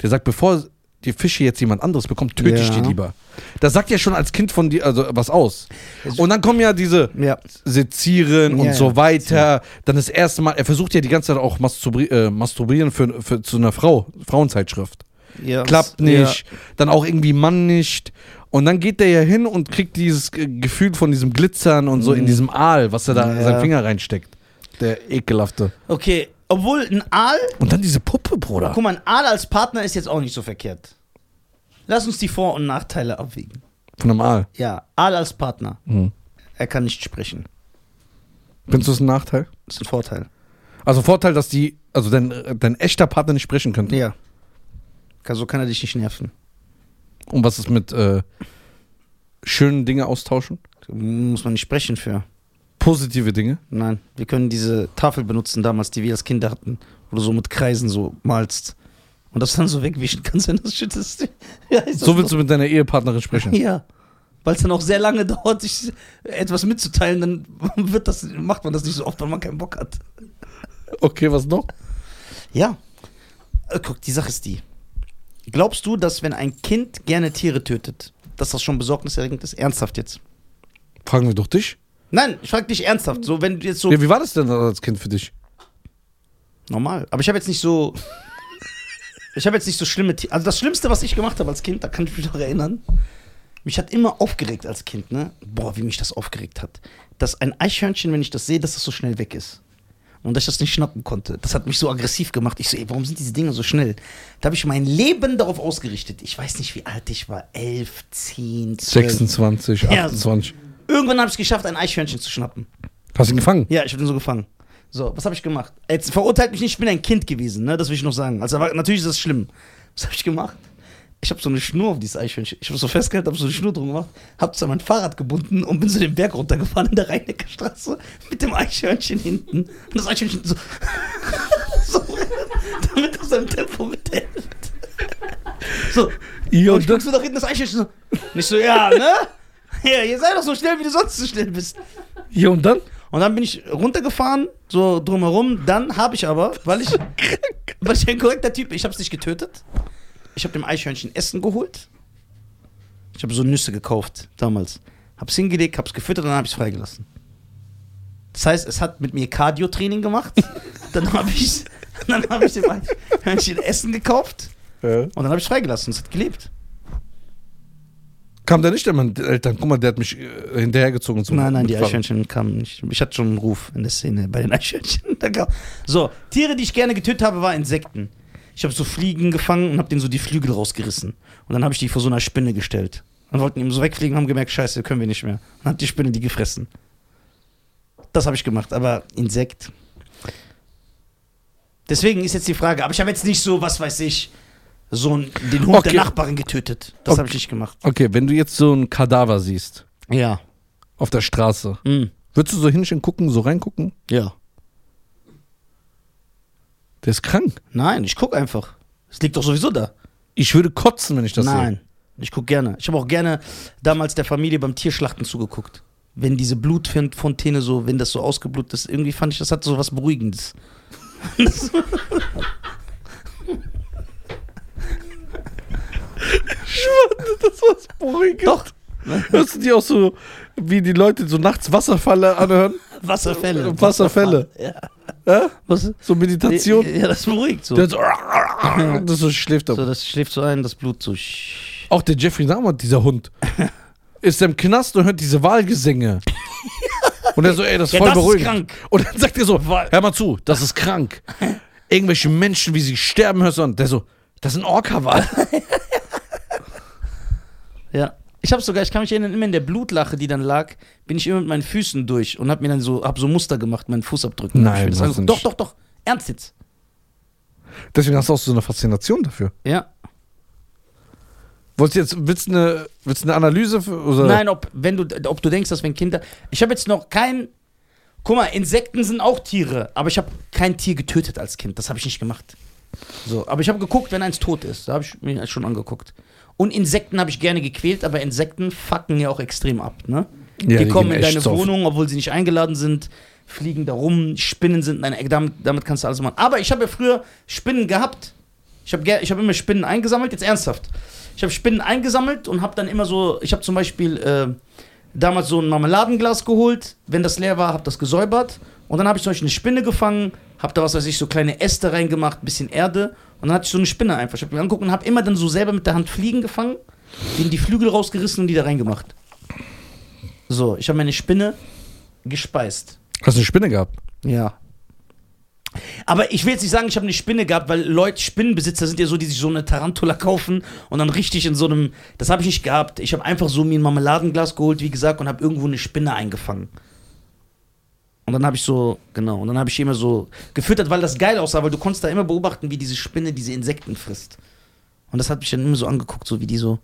B: Der sagt, bevor die Fische jetzt jemand anderes bekommt, töte ich
A: Ja.
B: die lieber. Das sagt ja schon als Kind von dir also was aus. Und dann kommen ja diese
A: Ja.
B: sezieren
A: Ja,
B: und so
A: ja.
B: weiter. Dann das erste Mal, er versucht ja die ganze Zeit auch masturbri äh, masturbieren für, für zu einer Frau, Frauenzeitschrift.
A: Ja,
B: Klappt
A: das-
B: nicht. Dann auch irgendwie Mann nicht. Und dann geht der ja hin und kriegt dieses äh, Gefühl von diesem Glitzern und so in diesem Aal, was er da in
A: Mhm. Ja.
B: seinen Finger reinsteckt. Der ekelhafte.
A: Ja. Okay, obwohl ein Aal,
B: Und dann diese Puppe, Bruder.
A: guck mal, ein Aal als Partner ist jetzt auch nicht so verkehrt. Lass uns die Vor- und Nachteile abwägen.
B: Von einem Aal.
A: Ja, Aal als Partner.
B: Mhm.
A: Er kann nicht sprechen.
B: Findest du es ein Nachteil?
A: Das ist ein Vorteil.
B: Also Vorteil, dass die, also dein, dein echter Partner nicht sprechen könnte.
A: Ja. So kann er dich nicht nerven.
B: Und was ist mit äh, schönen Dinge austauschen?
A: Muss man nicht sprechen für.
B: Positive Dinge?
A: Nein, wir können diese Tafel benutzen damals, die wir als Kinder hatten, wo du so mit Kreisen so malst und das dann so wegwischen kannst, wenn du das schüttest. Ja, ist (laughs)
B: So willst du mit deiner Ehepartnerin sprechen?
A: Ja. Weil es dann auch sehr lange (laughs) dauert, sich etwas mitzuteilen, dann (laughs) wird das, macht man das nicht so oft, weil man keinen Bock hat.
B: Okay, was noch?
A: Ja. Äh, Guck, die Sache ist die. Glaubst du, dass wenn ein Kind gerne Tiere tötet, dass das schon besorgniserregend ist? Ernsthaft jetzt.
B: Fragen wir doch dich.
A: Nein, ich frag dich ernsthaft. So, wenn du jetzt so.
B: Ja, wie war das denn als Kind für dich?
A: Normal. Aber ich habe jetzt nicht so. Ich habe jetzt nicht so schlimme. Ti also das Schlimmste, was ich gemacht habe als Kind, da kann ich mich noch erinnern. Mich hat immer aufgeregt als Kind, ne? Boah, wie mich das aufgeregt hat. Dass ein Eichhörnchen, wenn ich das sehe, dass das so schnell weg ist. Und dass ich das nicht schnappen konnte. Das hat mich so aggressiv gemacht. Ich so, ey, warum sind diese Dinge so schnell? Da habe ich mein Leben darauf ausgerichtet. Ich weiß nicht, wie alt ich war. Elf, zehn, zwölf.
B: 26,
A: Ja.
B: 28.
A: Irgendwann habe ich es geschafft, ein Eichhörnchen zu schnappen.
B: Hast du ihn gefangen?
A: Ja, ich hab den so gefangen. So, was hab ich gemacht? Jetzt verurteilt mich nicht, ich bin ein Kind gewesen, ne? Das will ich noch sagen. Also aber natürlich ist das schlimm. Was hab ich gemacht? Ich hab so eine Schnur auf dieses Eichhörnchen. Ich hab so festgehalten, hab so eine Schnur drum gemacht, hab's an mein Fahrrad gebunden und bin so den Berg runtergefahren in der Rheinecker Straße mit dem Eichhörnchen hinten. Und das Eichhörnchen so. (laughs) so damit das seinem Tempo mithält. So.
B: Ja,
A: und ich
B: da-
A: guck so nach hinten das Eichhörnchen so. Nicht so, ja, ne? Ja, ihr seid doch so schnell, wie du sonst so schnell bist.
B: Ja, und dann?
A: Und dann bin ich runtergefahren, so drumherum. Dann habe ich aber, weil ich, weil ich ein korrekter Typ bin, ich habe es nicht getötet. Ich habe dem Eichhörnchen Essen geholt. Ich habe so Nüsse gekauft damals. Hab's hingelegt, hab's gefüttert und dann habe ich es freigelassen. Das heißt, es hat mit mir Cardio-Training gemacht. Dann habe ich, dann hab ich dem Eichhörnchen Essen gekauft
B: Ja.
A: und dann habe ich freigelassen. Es hat gelebt.
B: Kam da nicht an meine Eltern? Guck mal, der hat mich äh, hinterhergezogen. Zum
A: Nein, nein, die
B: Mitfahren.
A: Eichhörnchen kamen nicht. Ich hatte schon einen Ruf in der Szene bei den (laughs) Eichhörnchen. Da gab- so, Tiere, die ich gerne getötet habe, waren Insekten. Ich habe so Fliegen gefangen und habe denen so die Flügel rausgerissen. Und dann habe ich die vor so einer Spinne gestellt. Dann wollten die eben so wegfliegen und haben gemerkt, scheiße, können wir nicht mehr. Dann hat die Spinne die gefressen. Das habe ich gemacht, aber Insekt. Deswegen ist jetzt die Frage, aber ich habe jetzt nicht so, was weiß ich, so einen- den Hund
B: Okay.
A: der Nachbarin getötet. Das
B: Okay.
A: habe ich nicht gemacht.
B: Okay, wenn du jetzt so einen Kadaver siehst
A: Ja.
B: auf der Straße,
A: Mm.
B: würdest du so hinschauen, gucken, so reingucken?
A: Ja.
B: Der ist krank.
A: Nein, ich guck einfach. Es liegt doch sowieso da.
B: Ich würde kotzen, wenn ich das sehe.
A: Nein, ich guck gerne. Ich habe auch gerne damals der Familie beim Tierschlachten zugeguckt. Wenn diese Blutfontäne so, wenn das so ausgeblutet ist, irgendwie fand ich, das hat so was Beruhigendes.
B: (laughs) Das war's beruhigend. Doch. Hörst du die auch so, wie die Leute so nachts Wasserfalle anhören? Äh,
A: Wasserfälle.
B: Wasserfälle.
A: Ja.
B: Ja?
A: Was?
B: So Meditation.
A: Ja, das beruhigt so.
B: Der so, das so (laughs) schläft
A: so.
B: er.
A: Das schläft so ein, das Blut so. sch-
B: Auch der Jeffrey Dahmer, dieser Hund, ist im Knast und hört
A: (laughs)
B: diese Wahlgesänge. Und er so, ey, das ist
A: Ja,
B: voll
A: das ist
B: beruhigend.
A: krank.
B: Und dann sagt er so, hör mal zu, das
A: (laughs)
B: ist krank. Irgendwelche Menschen, wie sie sterben, hörst du an. Der so, das ist
A: (laughs)
B: ein Orca-Wahl.
A: Ja. Ich habe sogar, ich kann mich erinnern, immer in der Blutlache, die dann lag, bin ich immer mit meinen Füßen durch und habe mir dann so, habe so Muster gemacht, meinen Fußabdrücken.
B: Nein,
A: Ich will das
B: machst du
A: angucken. Doch,
B: nicht.
A: doch, doch. Ernst jetzt.
B: Deswegen hast du auch so eine Faszination dafür.
A: Ja.
B: Wolltest du jetzt, willst du eine, willst du eine Analyse? Für, oder?
A: Nein, ob, wenn du, ob du denkst, dass wenn Kinder. Ich habe jetzt noch kein. Guck mal, Insekten sind auch Tiere, aber ich habe kein Tier getötet als Kind. Das habe ich nicht gemacht. So, aber ich habe geguckt, wenn eins tot ist. Da habe ich mir schon angeguckt. Und Insekten habe ich gerne gequält, aber Insekten fucken ja auch extrem ab, ne?
B: Ja,
A: die,
B: die
A: kommen
B: gehen
A: in
B: echt
A: deine
B: so auf.
A: Wohnung, obwohl sie nicht eingeladen sind, fliegen da rum, Spinnen sind in deiner Ecke, damit, damit kannst du alles machen. Aber ich habe ja früher Spinnen gehabt. Ich habe ger- ich habe immer Spinnen eingesammelt, jetzt ernsthaft. Ich habe Spinnen eingesammelt und habe dann immer so, ich habe zum Beispiel äh, damals so ein Marmeladenglas geholt, wenn das leer war, habe das gesäubert und dann habe ich zum Beispiel eine Spinne gefangen, habe da was weiß ich, so kleine Äste reingemacht, bisschen Erde und dann hatte ich so eine Spinne einfach. Ich habe mir angeguckt und habe immer dann so selber mit der Hand Fliegen gefangen, denen die Flügel rausgerissen und die da reingemacht. So, ich habe meine Spinne gespeist.
B: Hast du eine Spinne gehabt?
A: Ja. Aber ich will jetzt nicht sagen, ich habe eine Spinne gehabt, weil Leute, Spinnenbesitzer sind ja so, die sich so eine Tarantula kaufen und dann richtig in so einem. Das habe ich nicht gehabt. Ich habe einfach so mir ein Marmeladenglas geholt, wie gesagt, und habe irgendwo eine Spinne eingefangen. Und dann habe ich so, genau, und dann habe ich die immer so gefüttert, weil das geil aussah, weil du konntest da immer beobachten, wie diese Spinne diese Insekten frisst. Und das hat mich dann immer so angeguckt, so wie die so,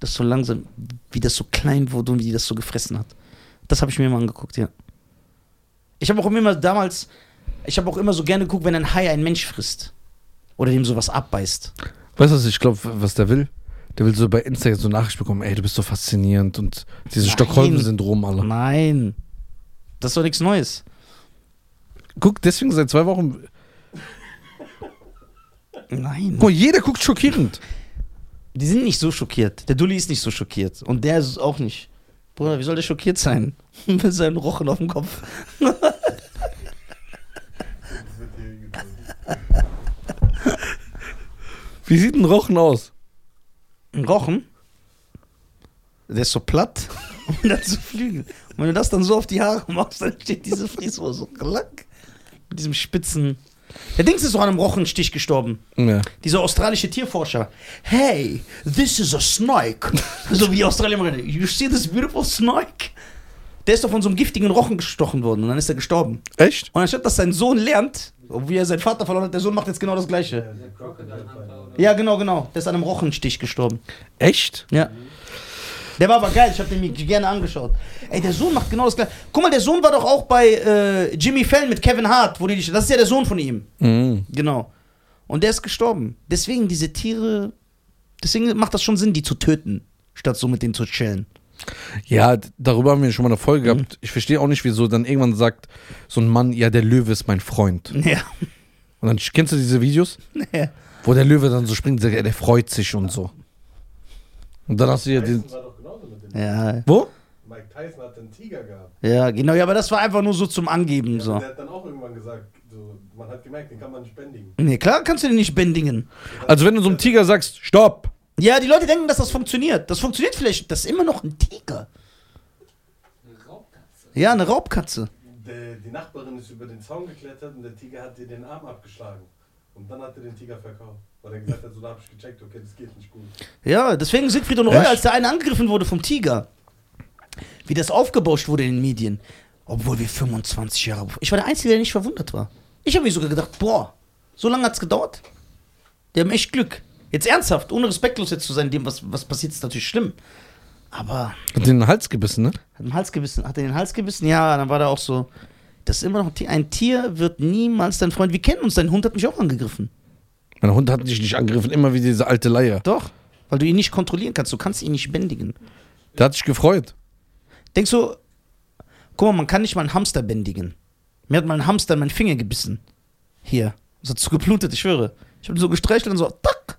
A: das so langsam, wie das so klein wurde und wie die das so gefressen hat. Das habe ich mir immer angeguckt, ja. Ich habe auch immer damals, ich habe auch immer so gerne geguckt, wenn ein Hai einen Mensch frisst. Oder dem sowas abbeißt.
B: Weißt du, was ich glaube, was der will? Der will so bei Instagram so Nachricht bekommen, ey, du bist so faszinierend und dieses
A: Nein.
B: Stockholm-Syndrom alle.
A: Nein. Das ist doch nichts Neues.
B: Guck, deswegen seit zwei Wochen.
A: Nein.
B: Guck mal, jeder guckt schockierend.
A: Die sind nicht so schockiert. Der Dulli ist nicht so schockiert. Und der ist auch nicht. Bruder, wie soll der schockiert sein? (laughs) Mit seinen Rochen auf dem Kopf.
D: Das wird hier gedrückt.
B: Wie sieht ein Rochen aus?
A: Ein Rochen? Der ist so platt (laughs) und dann so Flügel. Und wenn du das dann so auf die Haare machst, dann steht diese Frisur so klack. Mit diesem spitzen. Der Dings ist doch an einem Rochenstich gestorben.
B: Ja.
A: Dieser australische Tierforscher. Hey, this is a snake. so wie die Australier immer reden. You see this beautiful snake? Der ist doch von so einem giftigen Rochen gestochen worden und dann ist er gestorben.
B: Echt?
A: Und anstatt dass sein Sohn lernt, wie er seinen Vater verloren hat, der Sohn macht jetzt genau das Gleiche.
D: Der Crocodile Hunter.
A: Ja, genau, genau. Der ist an einem Rochenstich gestorben.
B: Echt?
A: Ja. Der war aber geil, ich habe den mir gerne angeschaut. Ey, der Sohn macht genau das gleiche. Guck mal, der Sohn war doch auch bei äh, Jimmy Fallon mit Kevin Hart, wo die, das ist ja der Sohn von ihm.
B: Mhm.
A: Genau. Und der ist gestorben. Deswegen diese Tiere, deswegen macht das schon Sinn, die zu töten, statt so mit denen zu chillen. (laughs)
B: Ja, d- darüber haben wir schon mal eine Folge gehabt. Ich verstehe auch nicht, wieso dann irgendwann sagt so ein Mann, ja, der Löwe ist mein Freund.
A: Ja.
B: Und dann kennst du diese Videos, wo der Löwe dann so springt und sagt, ja, der freut sich und so. Und dann hast du ja den.
D: Tyson war doch genauso mit dem.
A: Ja,
B: Wo?
D: Mike Tyson hat einen Tiger gehabt.
A: ja, genau. Ja, aber das war einfach nur so zum Angeben.
D: Und
A: So.
D: Der hat dann auch irgendwann gesagt, so, man hat gemerkt, den kann man nicht bändigen.
A: Nee, klar kannst du den nicht bändigen.
B: Also wenn du so einem Tiger sagst, stopp,
A: Ja, die Leute denken, dass das funktioniert. Das funktioniert vielleicht. Das ist immer noch ein Tiger.
C: Eine Raubkatze.
A: Ja, eine Raubkatze.
D: Der, die Nachbarin ist über den Zaun geklettert und der Tiger hat ihr den Arm abgeschlagen. Und dann hat er den Tiger verkauft. Weil er gesagt hat, so da hab ich gecheckt, okay, das geht nicht gut.
A: Ja, deswegen Siegfried und Roy,
B: Echt?
A: als der eine angegriffen wurde vom Tiger, wie das aufgebauscht wurde in den Medien, obwohl wir 25 Jahre. Ich war der Einzige, der nicht verwundert war. Ich habe mir sogar gedacht, boah, so lange hat's gedauert. Die haben echt Glück. Jetzt ernsthaft, ohne respektlos jetzt zu sein, dem, was, was passiert, ist natürlich schlimm. Aber
B: Hat den Hals gebissen, ne?
A: hat den Hals gebissen, hat er den Hals gebissen? Ja, dann war da auch so. Das ist immer noch ein Tier. Ein Tier wird niemals dein Freund. Wir kennen uns, dein Hund hat mich auch angegriffen.
B: Mein Hund hat dich nicht angegriffen, immer wie diese alte Leier.
A: Doch, weil du ihn nicht kontrollieren kannst. Du kannst ihn nicht bändigen.
B: Der hat sich gefreut.
A: Denkst du, guck mal, man kann nicht mal einen Hamster bändigen. Mir hat mal ein Hamster in meinen Finger gebissen. Hier. Das hat so geblutet, ich schwöre. Ich habe so gestreichelt und so, tack.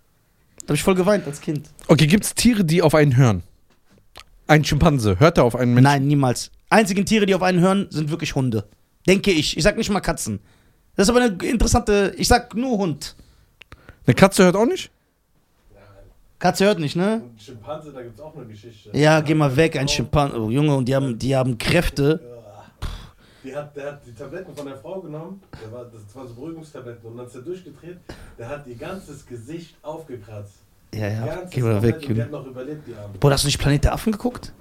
A: Da habe ich voll geweint als Kind.
B: Okay, gibt's Tiere, die auf einen hören? Ein Schimpanse, hört er auf einen Menschen?
A: Nein, niemals. Einzigen Tiere, die auf einen hören, sind wirklich Hunde. Denke ich. Ich sag nicht mal Katzen. Das ist aber eine interessante. Ich sag nur Hund.
B: Eine Katze hört auch nicht?
D: Ja,
A: Katze hört nicht, ne?
D: und Schimpanse, da gibt's auch eine Geschichte.
A: Ja, geh mal weg, ein Schimpanse. Oh, Junge, und die haben, die haben Kräfte.
D: Ja. Die hat, der hat die Tabletten von der Frau genommen, der war, das waren so Beruhigungstabletten, und dann ist er durchgedreht, der hat ihr ganzes Gesicht aufgekratzt.
A: Ja, ja,
D: Ganzes
A: geh mal
D: Tablett
A: weg,
D: und Die hat
A: Junge.
D: noch überlebt, die Arme.
A: Boah, hast du nicht Planet der Affen geguckt?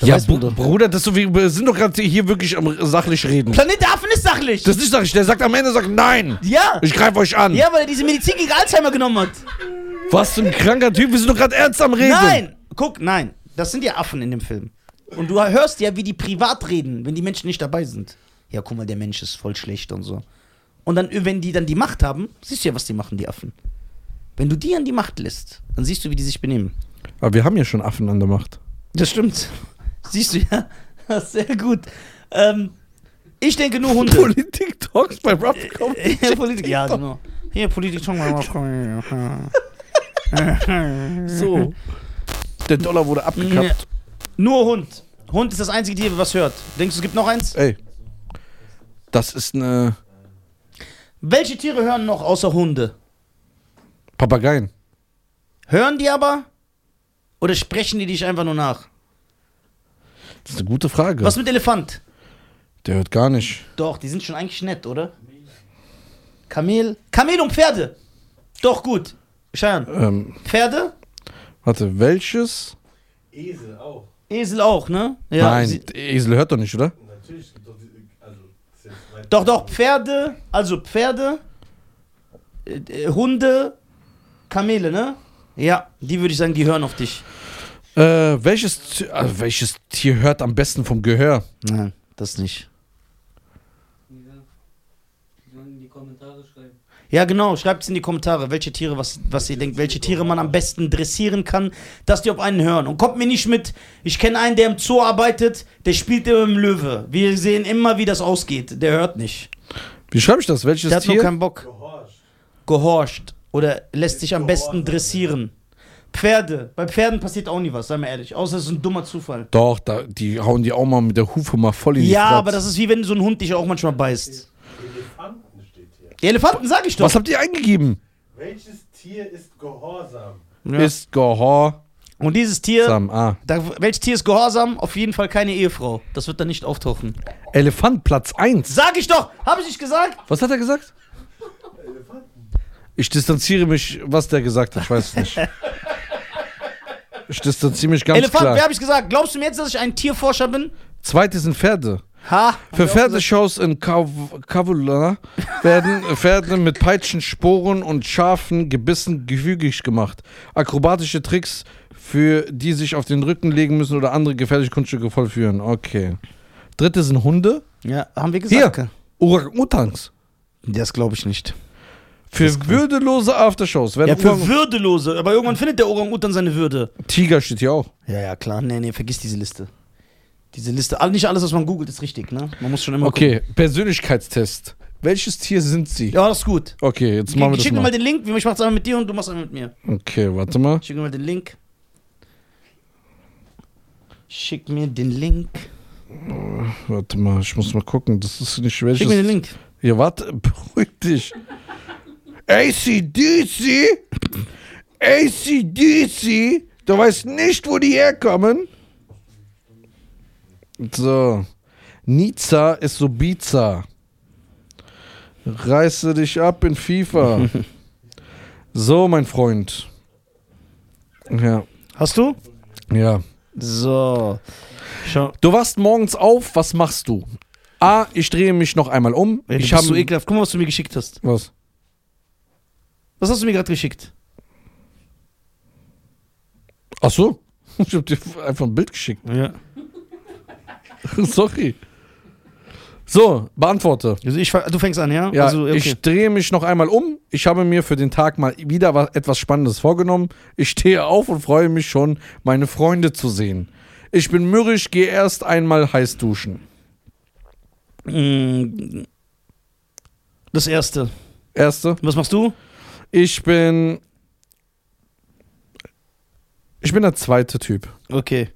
A: Da
B: Ja,
A: weiß man
B: Br-
A: doch.
B: Bruder, das ist so, wie- wir sind doch gerade hier wirklich am sachlich reden.
A: Planet der Affen ist sachlich!
B: Das ist nicht sachlich. Der sagt am Ende, sagt nein.
A: ja!
B: Ich greife euch an.
A: Ja, weil er diese Medizin gegen Alzheimer genommen hat.
B: Was für ein kranker Typ. Wir sind doch gerade ernst am Reden.
A: Nein! Guck, nein. Das sind ja Affen in dem Film. Und du hörst ja, wie die privat reden, wenn die Menschen nicht dabei sind. Ja, guck mal, der Mensch ist voll schlecht und so. Und dann, wenn die dann die Macht haben, siehst du ja, was die machen, die Affen. Wenn du die an die Macht lässt, dann siehst du, wie die sich benehmen.
B: Aber wir haben ja schon Affen an der Macht.
A: Das stimmt. (laughs) Siehst du ja. (laughs) Sehr gut. Ähm, ich denke nur Hunde.
B: Politik-Talks bei
A: (laughs)
B: Ruffcom.
A: Herr Politiker. Ja, genau. Hier, Politik, schon mal.
B: So. Der Dollar wurde abgekappt.
A: Nur Hund. Hund ist das einzige Tier, was hört. Denkst du, es gibt noch eins?
B: Ey. Das ist eine
A: Welche Tiere hören noch außer Hunde?
B: Papageien.
A: Hören die aber? Oder sprechen die dich einfach nur nach?
B: Das ist eine gute Frage.
A: Was mit Elefant?
B: Der hört gar nicht.
A: Doch, die sind schon eigentlich nett, oder? Kamel. Kamel und Pferde. Doch, gut. Schein.
B: Ähm,
A: Pferde?
B: warte, welches?
D: Esel auch.
A: Esel auch, ne? Ja,
B: Nein,
A: sie-
B: der Esel hört doch nicht, oder?
D: Natürlich, es gibt doch diese, also, das ist jetzt weit-
A: Doch, doch, Pferde. Also Pferde. äh, äh, Hunde. Kamele, ne? Ja, die würde ich sagen, die hören auf dich.
B: Äh, welches, Ti- äh, welches Tier hört am besten vom Gehör?
A: Nein, das nicht.
C: Diese, die sollen in die Kommentare schreiben.
A: Ja, genau. Schreibt es in die Kommentare, welche Tiere, was, was ihr denkt, welche Tiere man am besten dressieren kann, dass die auf einen hören. Und kommt mir nicht mit, ich kenne einen, der im Zoo arbeitet, der spielt immer im Löwe. Wir sehen immer, wie das ausgeht. Der hört nicht.
B: Wie schreibe ich das? Welches
A: Der hat nur
B: Tier?
A: keinen Bock.
D: Gehorcht.
A: Gehorcht oder lässt sich am besten dressieren. Pferde. Bei Pferden passiert auch nie was, sei mal ehrlich. Außer es ist ein dummer Zufall.
B: Doch, da, die hauen die auch mal mit der Hufe mal voll in die
A: Ja,
B: Fratz.
A: aber das ist wie wenn so ein Hund dich auch manchmal beißt.
D: Elefanten steht hier.
A: Die Elefanten sag ich doch.
B: Was habt ihr eingegeben?
D: Welches Tier ist gehorsam?
A: Ja.
B: Ist Gehorsam.
A: Und dieses Tier,
B: Ah.
A: da, welches Tier ist gehorsam? Auf jeden Fall keine Ehefrau. Das wird da nicht auftauchen.
B: Elefant Platz 1.
A: Sag ich doch! Hab ich nicht gesagt?
B: Was hat er gesagt?
D: Elefanten.
B: Ich distanziere mich, was der gesagt hat, ich weiß
A: (laughs)
B: es nicht. Ich distanziere mich ganz
A: Elefant, wer
B: klar.
A: hab ich gesagt? Glaubst du mir jetzt, dass ich ein Tierforscher bin?
B: Zweites sind Pferde.
A: Ha!
B: Für Pferdeshows in Kav- Kavula werden Pferde mit Peitschen, Sporen und scharfen Gebissen gefügig gemacht. Akrobatische Tricks, für die sich auf den Rücken legen müssen oder andere gefährliche Kunststücke vollführen. Okay. Dritte sind Hunde.
A: Ja, haben wir gesagt.
B: Hier, Orang-Utans.
A: Das glaube ich nicht.
B: Für würdelose Aftershows werden
A: Ja, für
B: Orang-
A: Würdelose. Aber irgendwann findet der Orang-Utan seine Würde.
B: Tiger steht hier auch.
A: Ja, ja, klar. Nee, nee, vergiss diese Liste. Diese Liste. all- Nicht alles, was man googelt, ist richtig, ne? Man muss schon immer.
B: Okay, Persönlichkeitstest. Welches Tier sind sie?
A: Gucken. Ja, das ist gut.
B: Okay, jetzt
A: Ich,
B: machen wir das
A: schick mir
B: mal.
A: mal den Link. Ich mach's einmal mit dir und du machst einmal mit mir.
B: okay, warte mal.
A: Schick mir mal den Link. Schick mir den Link.
B: Warte mal, ich muss mal gucken. Das ist nicht
A: Schick
B: welches.
A: mir den Link.
B: (laughs) Ja, warte, beruhig dich. ACDC ACDC, du weißt nicht, wo die herkommen. So. Nizza ist so Biza. Reiße dich ab
A: (laughs)
B: in FIFA. so, mein Freund. Ja,
A: Hast du?
B: ja.
A: So. Schau.
B: Du wachst morgens auf, was machst du? A, ich drehe mich noch einmal um.
A: Ey, du
B: ich
A: bist
B: habe
A: so ekelhaft. Guck mal, was du mir geschickt hast.
B: Was?
A: Was hast du mir gerade geschickt?
B: Ach so. (laughs) Ich habe dir einfach ein Bild geschickt. (laughs)
A: Ja.
B: Sorry. So, beantworte.
A: Also ich, fa- du fängst an, ja?
B: Ja,
A: also, okay.
B: ich drehe mich noch einmal um. Ich habe mir für den Tag mal wieder wa- etwas Spannendes vorgenommen. Ich stehe auf und freue mich schon, meine Freunde zu sehen. Ich bin mürrisch, gehe erst einmal heiß duschen.
A: Mm, Das erste.
B: Erste.
A: Was machst du?
B: Ich bin. Ich bin der zweite Typ.
A: Okay.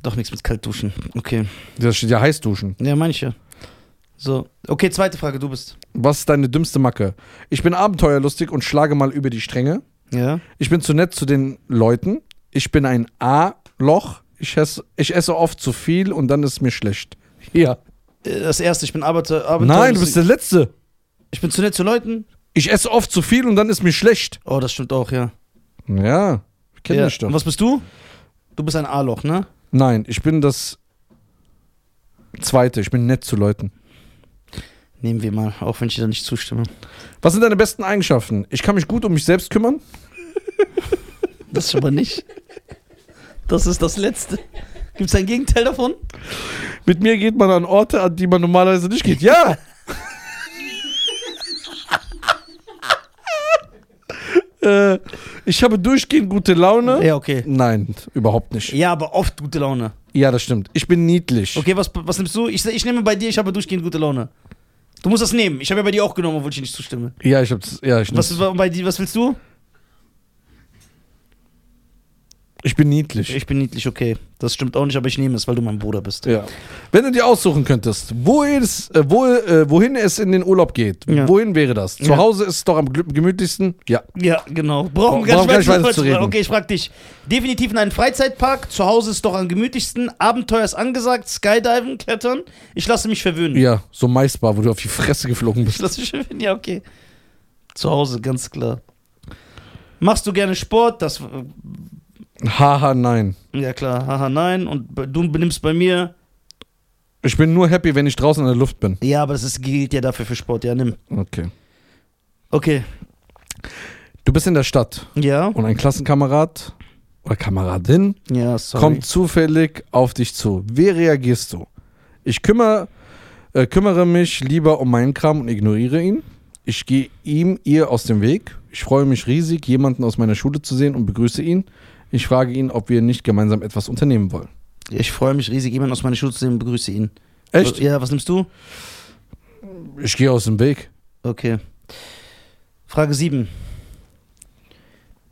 A: Doch nichts mit Kaltduschen. Okay.
B: Da steht ja heiß duschen.
A: Ja, manche. So. Okay, zweite Frage, du bist.
B: Was ist deine dümmste Macke? Ich bin abenteuerlustig und schlage mal über die Stränge.
A: Ja.
B: Ich bin zu nett zu den Leuten. Ich bin ein A-Loch. Ich esse, ich esse oft zu viel und dann ist mir schlecht. Ja.
A: Äh, Das erste, ich bin Arbeiter.
B: Nein, du bist der Letzte.
A: Ich bin zu nett zu Leuten.
B: Ich esse oft zu viel und dann ist mir schlecht.
A: Oh, das stimmt auch, ja.
B: Ja, kenn
A: ja.
B: ich doch.
A: Und was bist du? Du bist ein A-Loch, ne?
B: Nein, ich bin das Zweite. Ich bin nett zu Leuten.
A: Nehmen wir mal, auch wenn ich dir da nicht zustimme.
B: Was sind deine besten Eigenschaften? Ich kann mich gut um mich selbst kümmern.
A: Das ist aber nicht. Das ist das Letzte. Gibt es ein Gegenteil davon?
B: Mit mir geht man an Orte, an die man normalerweise nicht geht. Ja! (laughs) äh, ich habe durchgehend gute Laune.
A: Ja, okay.
B: Nein, überhaupt nicht.
A: Ja, aber oft gute Laune.
B: Ja, das stimmt. Ich bin niedlich.
A: Okay, was, was nimmst du? Ich, ich nehme bei dir, ich habe durchgehend gute Laune. Du musst das nehmen. Ich habe ja bei dir auch genommen, obwohl ich dir nicht zustimme.
B: Ja, ich hab's. Ja, ich,
A: Was, war bei dir, was willst du?
B: ich bin niedlich.
A: Ich bin niedlich, okay. Das stimmt auch nicht, aber ich nehme es, weil du mein Bruder bist.
B: ja. Wenn du dir aussuchen könntest, wo es, äh, wo, äh, wohin es in den Urlaub geht,
A: Ja.
B: wohin wäre das? Zu
A: Ja.
B: Hause ist es doch am glü- gemütlichsten. Ja.
A: Ja, genau. Brauchen
B: Brauchen
A: wir
B: gar
A: gar
B: nicht
A: nicht
B: weiter zu reden.
A: Okay, ich frag dich. Definitiv in einen Freizeitpark. Zu Hause ist doch am gemütlichsten. Abenteuer ist angesagt. Skydiven, Klettern. Ich lasse mich verwöhnen.
B: Ja, so Maisbar, wo du auf die Fresse
A: (laughs)
B: geflogen
A: Ich
B: bist.
A: lasse mich verwöhnen. Ja, okay. Zu Hause, ganz klar. Machst du gerne Sport? Das, äh,
B: Haha, nein.
A: ja klar, haha, nein. Und b- du benimmst bei mir.
B: Ich bin nur happy, wenn ich draußen in der Luft bin.
A: Ja, aber das ist, gilt ja dafür für Sport. Ja, nimm.
B: Okay.
A: Okay,
B: Du bist in der Stadt
A: ja.
B: und ein Klassenkamerad oder Kameradin
A: Ja, sorry.
B: kommt zufällig auf dich zu. Wie reagierst du? Ich kümmere, äh, kümmere mich lieber um meinen Kram und ignoriere ihn. Ich gehe ihm, ihr aus dem Weg. Ich freue mich riesig, jemanden aus meiner Schule zu sehen und begrüße ihn. Ich frage ihn, ob wir nicht gemeinsam etwas unternehmen wollen.
A: Ich freue mich riesig, jemanden aus meiner Schule zu sehen und begrüße ihn.
B: Echt?
A: Ja, was nimmst du?
B: Ich gehe aus dem Weg.
A: Okay. Frage 7.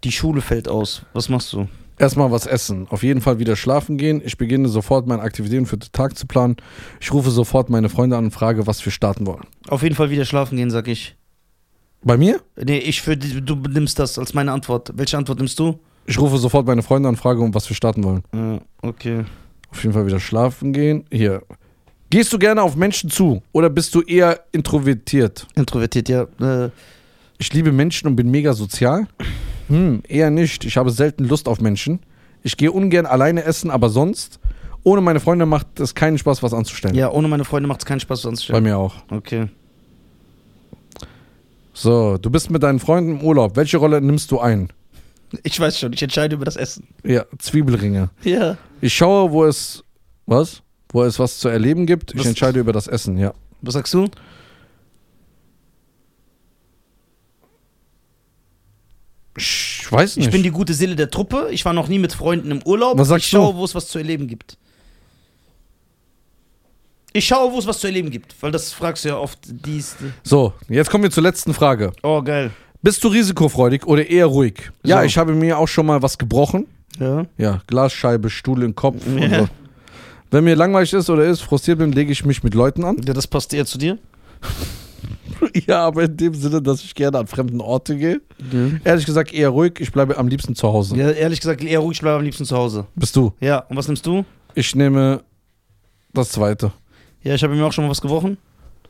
A: Die Schule fällt aus. Was machst du?
B: Erstmal was essen. Auf jeden Fall wieder schlafen gehen. Ich beginne sofort meine Aktivitäten für den Tag zu planen. Ich rufe sofort meine Freunde an und frage, was wir starten wollen.
A: Auf jeden Fall wieder schlafen gehen, sag ich.
B: Bei mir?
A: Nee, ich für die- du nimmst das als meine Antwort. Welche Antwort nimmst du?
B: Ich rufe sofort meine Freunde an und frage, um was wir starten wollen.
A: Ja, okay.
B: Auf jeden Fall wieder schlafen gehen. Hier. Gehst du gerne auf Menschen zu oder bist du eher introvertiert?
A: Introvertiert, ja. Äh,
B: Ich liebe Menschen und bin mega sozial. Hm, eher nicht. Ich habe selten Lust auf Menschen. Ich gehe ungern alleine essen, aber sonst ohne meine Freunde macht es keinen Spaß, was anzustellen.
A: ja, ohne meine Freunde macht es keinen Spaß, sonst
B: Bei mir auch.
A: Okay.
B: So, du bist mit deinen Freunden im Urlaub. Welche Rolle nimmst du ein?
A: Ich weiß schon, ich entscheide über das Essen.
B: Ja, Zwiebelringe.
A: Ja.
B: Ich schaue, wo es was? Wo es was zu erleben gibt. Ich
A: Was-
B: entscheide über das Essen, ja.
A: Was sagst du?
B: Ich weiß nicht.
A: Ich bin die gute Seele der Truppe. Ich war noch nie mit Freunden im Urlaub.
B: Was sagst
A: ich schaue,
B: du?
A: wo es was zu erleben gibt. Ich schaue, wo es was zu erleben gibt, weil das fragst du ja oft. Dies, die-
B: so, jetzt kommen wir zur letzten Frage.
A: Oh, geil. Bist
B: Bist du risikofreudig oder eher ruhig? Ja,
A: So.
B: ich habe mir auch schon mal was gebrochen.
A: Ja.
B: Ja, Glasscheibe, Stuhl im Kopf und
A: Ja.
B: so. Wenn mir langweilig ist oder ist, frustriert bin, lege ich mich mit Leuten an.
A: ja das passt eher zu dir.
B: (laughs) Ja, aber in dem Sinne, dass ich gerne an fremden Orte gehe. Ehrlich gesagt, eher ruhig. Ich bleibe am liebsten zu Hause.
A: Ja, ehrlich gesagt, eher ruhig, ich bleibe am liebsten zu Hause.
B: Bist du?
A: Ja, und was nimmst du?
B: Ich nehme das zweite.
A: Ja, ich habe mir auch schon mal was gebrochen.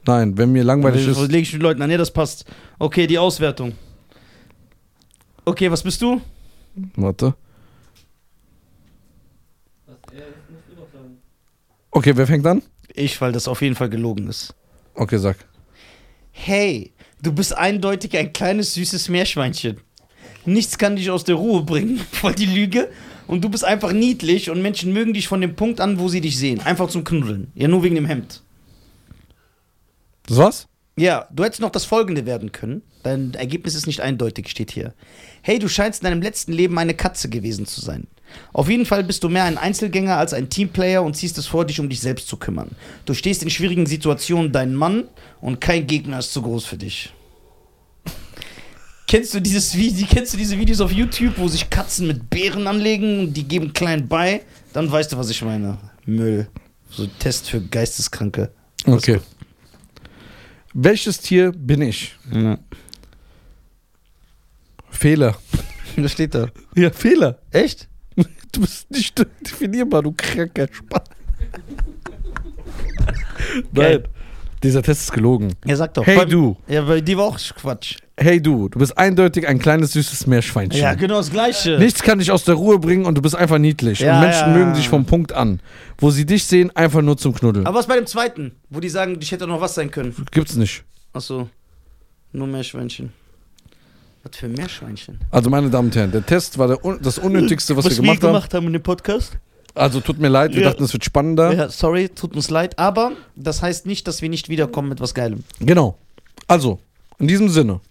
B: Nein, wenn mir langweilig ist.
A: lege ich den Leuten an. Nee, das passt. Okay, die Auswertung. Okay, was bist du?
B: Warte.
C: Was er ist, muss überbleiben.
B: Okay, wer fängt an?
A: Ich, weil das auf jeden Fall gelogen ist.
B: Okay, sag.
A: Hey, du bist eindeutig ein kleines, süßes Meerschweinchen. Nichts kann dich aus der Ruhe bringen, (laughs) voll die Lüge. Und du bist einfach niedlich und Menschen mögen dich von dem Punkt an, wo sie dich sehen. Einfach zum Knuddeln. Ja, nur wegen dem Hemd.
B: Das war's?
A: Ja, du hättest noch das folgende werden können. Dein Ergebnis ist nicht eindeutig, steht hier. Hey, du scheinst in deinem letzten Leben eine Katze gewesen zu sein. Auf jeden Fall bist du mehr ein Einzelgänger als ein Teamplayer und ziehst es vor, dich um dich selbst zu kümmern. Du stehst in schwierigen Situationen deinen Mann und kein Gegner ist zu groß für dich. (laughs) Kennst du, dieses Video, kennst du diese Videos auf YouTube, wo sich Katzen mit Bären anlegen und die geben klein bei? Dann weißt du, was ich meine. Müll. So Test für Geisteskranke.
B: Okay. Welches Tier bin ich?
A: Ja.
B: Fehler.
A: (laughs) Das steht da.
B: Ja, Fehler.
A: Echt?
B: Du bist nicht definierbar, du kranker Spann. Nein. Dieser Test ist gelogen.
A: Ja, sag doch.
B: Hey,
A: Beim-
B: du.
A: Ja, weil die war auch Quatsch.
B: Hey du, du bist eindeutig ein kleines süßes Meerschweinchen.
A: Ja, genau das Gleiche.
B: Nichts kann dich aus der Ruhe bringen und du bist einfach niedlich.
A: Ja,
B: und Menschen
A: ja.
B: mögen dich vom Punkt an, wo sie dich sehen, einfach nur zum Knuddeln.
A: Aber was bei dem zweiten, wo die sagen, ich hätte noch was sein können?
B: Gibt's nicht.
A: Achso, nur Meerschweinchen. Was für Meerschweinchen?
B: Also meine Damen und Herren, der Test war der, un- das Unnötigste, was, wir gemacht,
A: haben in dem Podcast?
B: haben. Also tut mir leid, wir
A: Ja.
B: dachten, es wird spannender.
A: Ja, sorry, tut uns leid, aber das heißt nicht, dass wir nicht wiederkommen mit was Geilem.
B: Genau. Also, in diesem Sinne,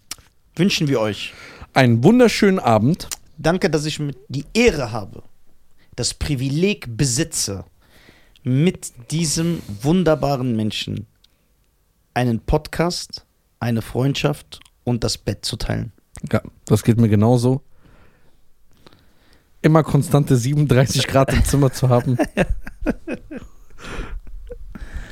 A: Wünschen wir euch.
B: einen wunderschönen Abend.
A: Danke, dass ich mit die Ehre habe, das Privileg besitze, mit diesem wunderbaren Menschen einen Podcast, eine Freundschaft und das Bett zu teilen.
B: Ja, das geht mir genauso. Immer konstante 37 Grad im Zimmer zu haben.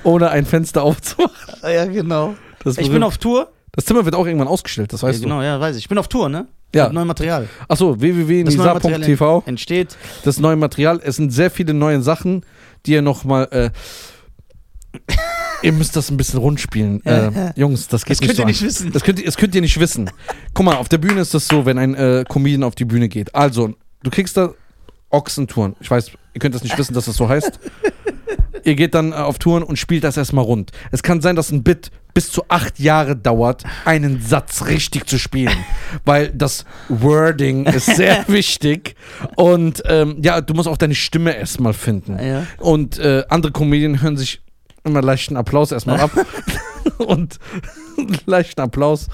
B: Ohne ein Fenster aufzumachen.
A: Ja, genau.
B: Das,
A: Ich bin auf Tour.
B: das Zimmer wird auch irgendwann ausgestellt, das weißt
A: ja, genau, ja, weiß ich. Ich bin auf Tour, ne?
B: Ja.
A: Mit neuem Material.
B: du. Achso, www.nisa.tv.
A: entsteht.
B: das neue Material. Es sind sehr viele neue Sachen, die ihr nochmal. Äh, ihr müsst das ein bisschen rund spielen. Äh, Jungs, das geht
A: Das
B: nicht
A: könnt
B: so
A: ihr nicht
B: einfach.
A: wissen.
B: (laughs) Das könnt, ihr- das könnt ihr nicht wissen. Guck mal, auf der Bühne ist das so, wenn ein äh, Comedian auf die Bühne geht. Also, du kriegst da Ochsentouren. Ich weiß, ihr könnt das nicht wissen, dass das so heißt. Ihr geht dann äh, auf Touren und spielt das erstmal rund. Es kann sein, dass ein Bit bis zu acht Jahre dauert, einen Satz richtig zu spielen. Weil das Wording ist sehr wichtig. Und ähm, ja, du musst auch deine Stimme erstmal finden.
A: Ja.
B: Und äh, andere Comedien hören sich immer leichten Applaus erstmal (laughs) ab. und (laughs) leichten Applaus.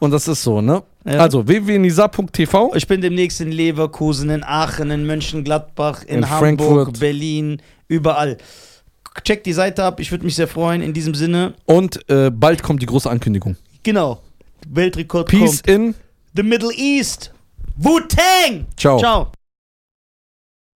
B: Und das ist so, ne?
A: Ja.
B: Also www.nisa.tv.
A: Ich bin demnächst in Leverkusen, in Aachen, in Mönchengladbach, in,
B: In
A: Hamburg,
B: Frankfurt.
A: Berlin, überall. Checkt die Seite ab, ich würde mich sehr freuen. In diesem Sinne,
B: Und äh, bald kommt die große Ankündigung.
A: genau. Weltrekord
B: Peace
A: kommt.
B: in.
A: The Middle East. Wu-Tang!
B: Ciao.
A: Ciao.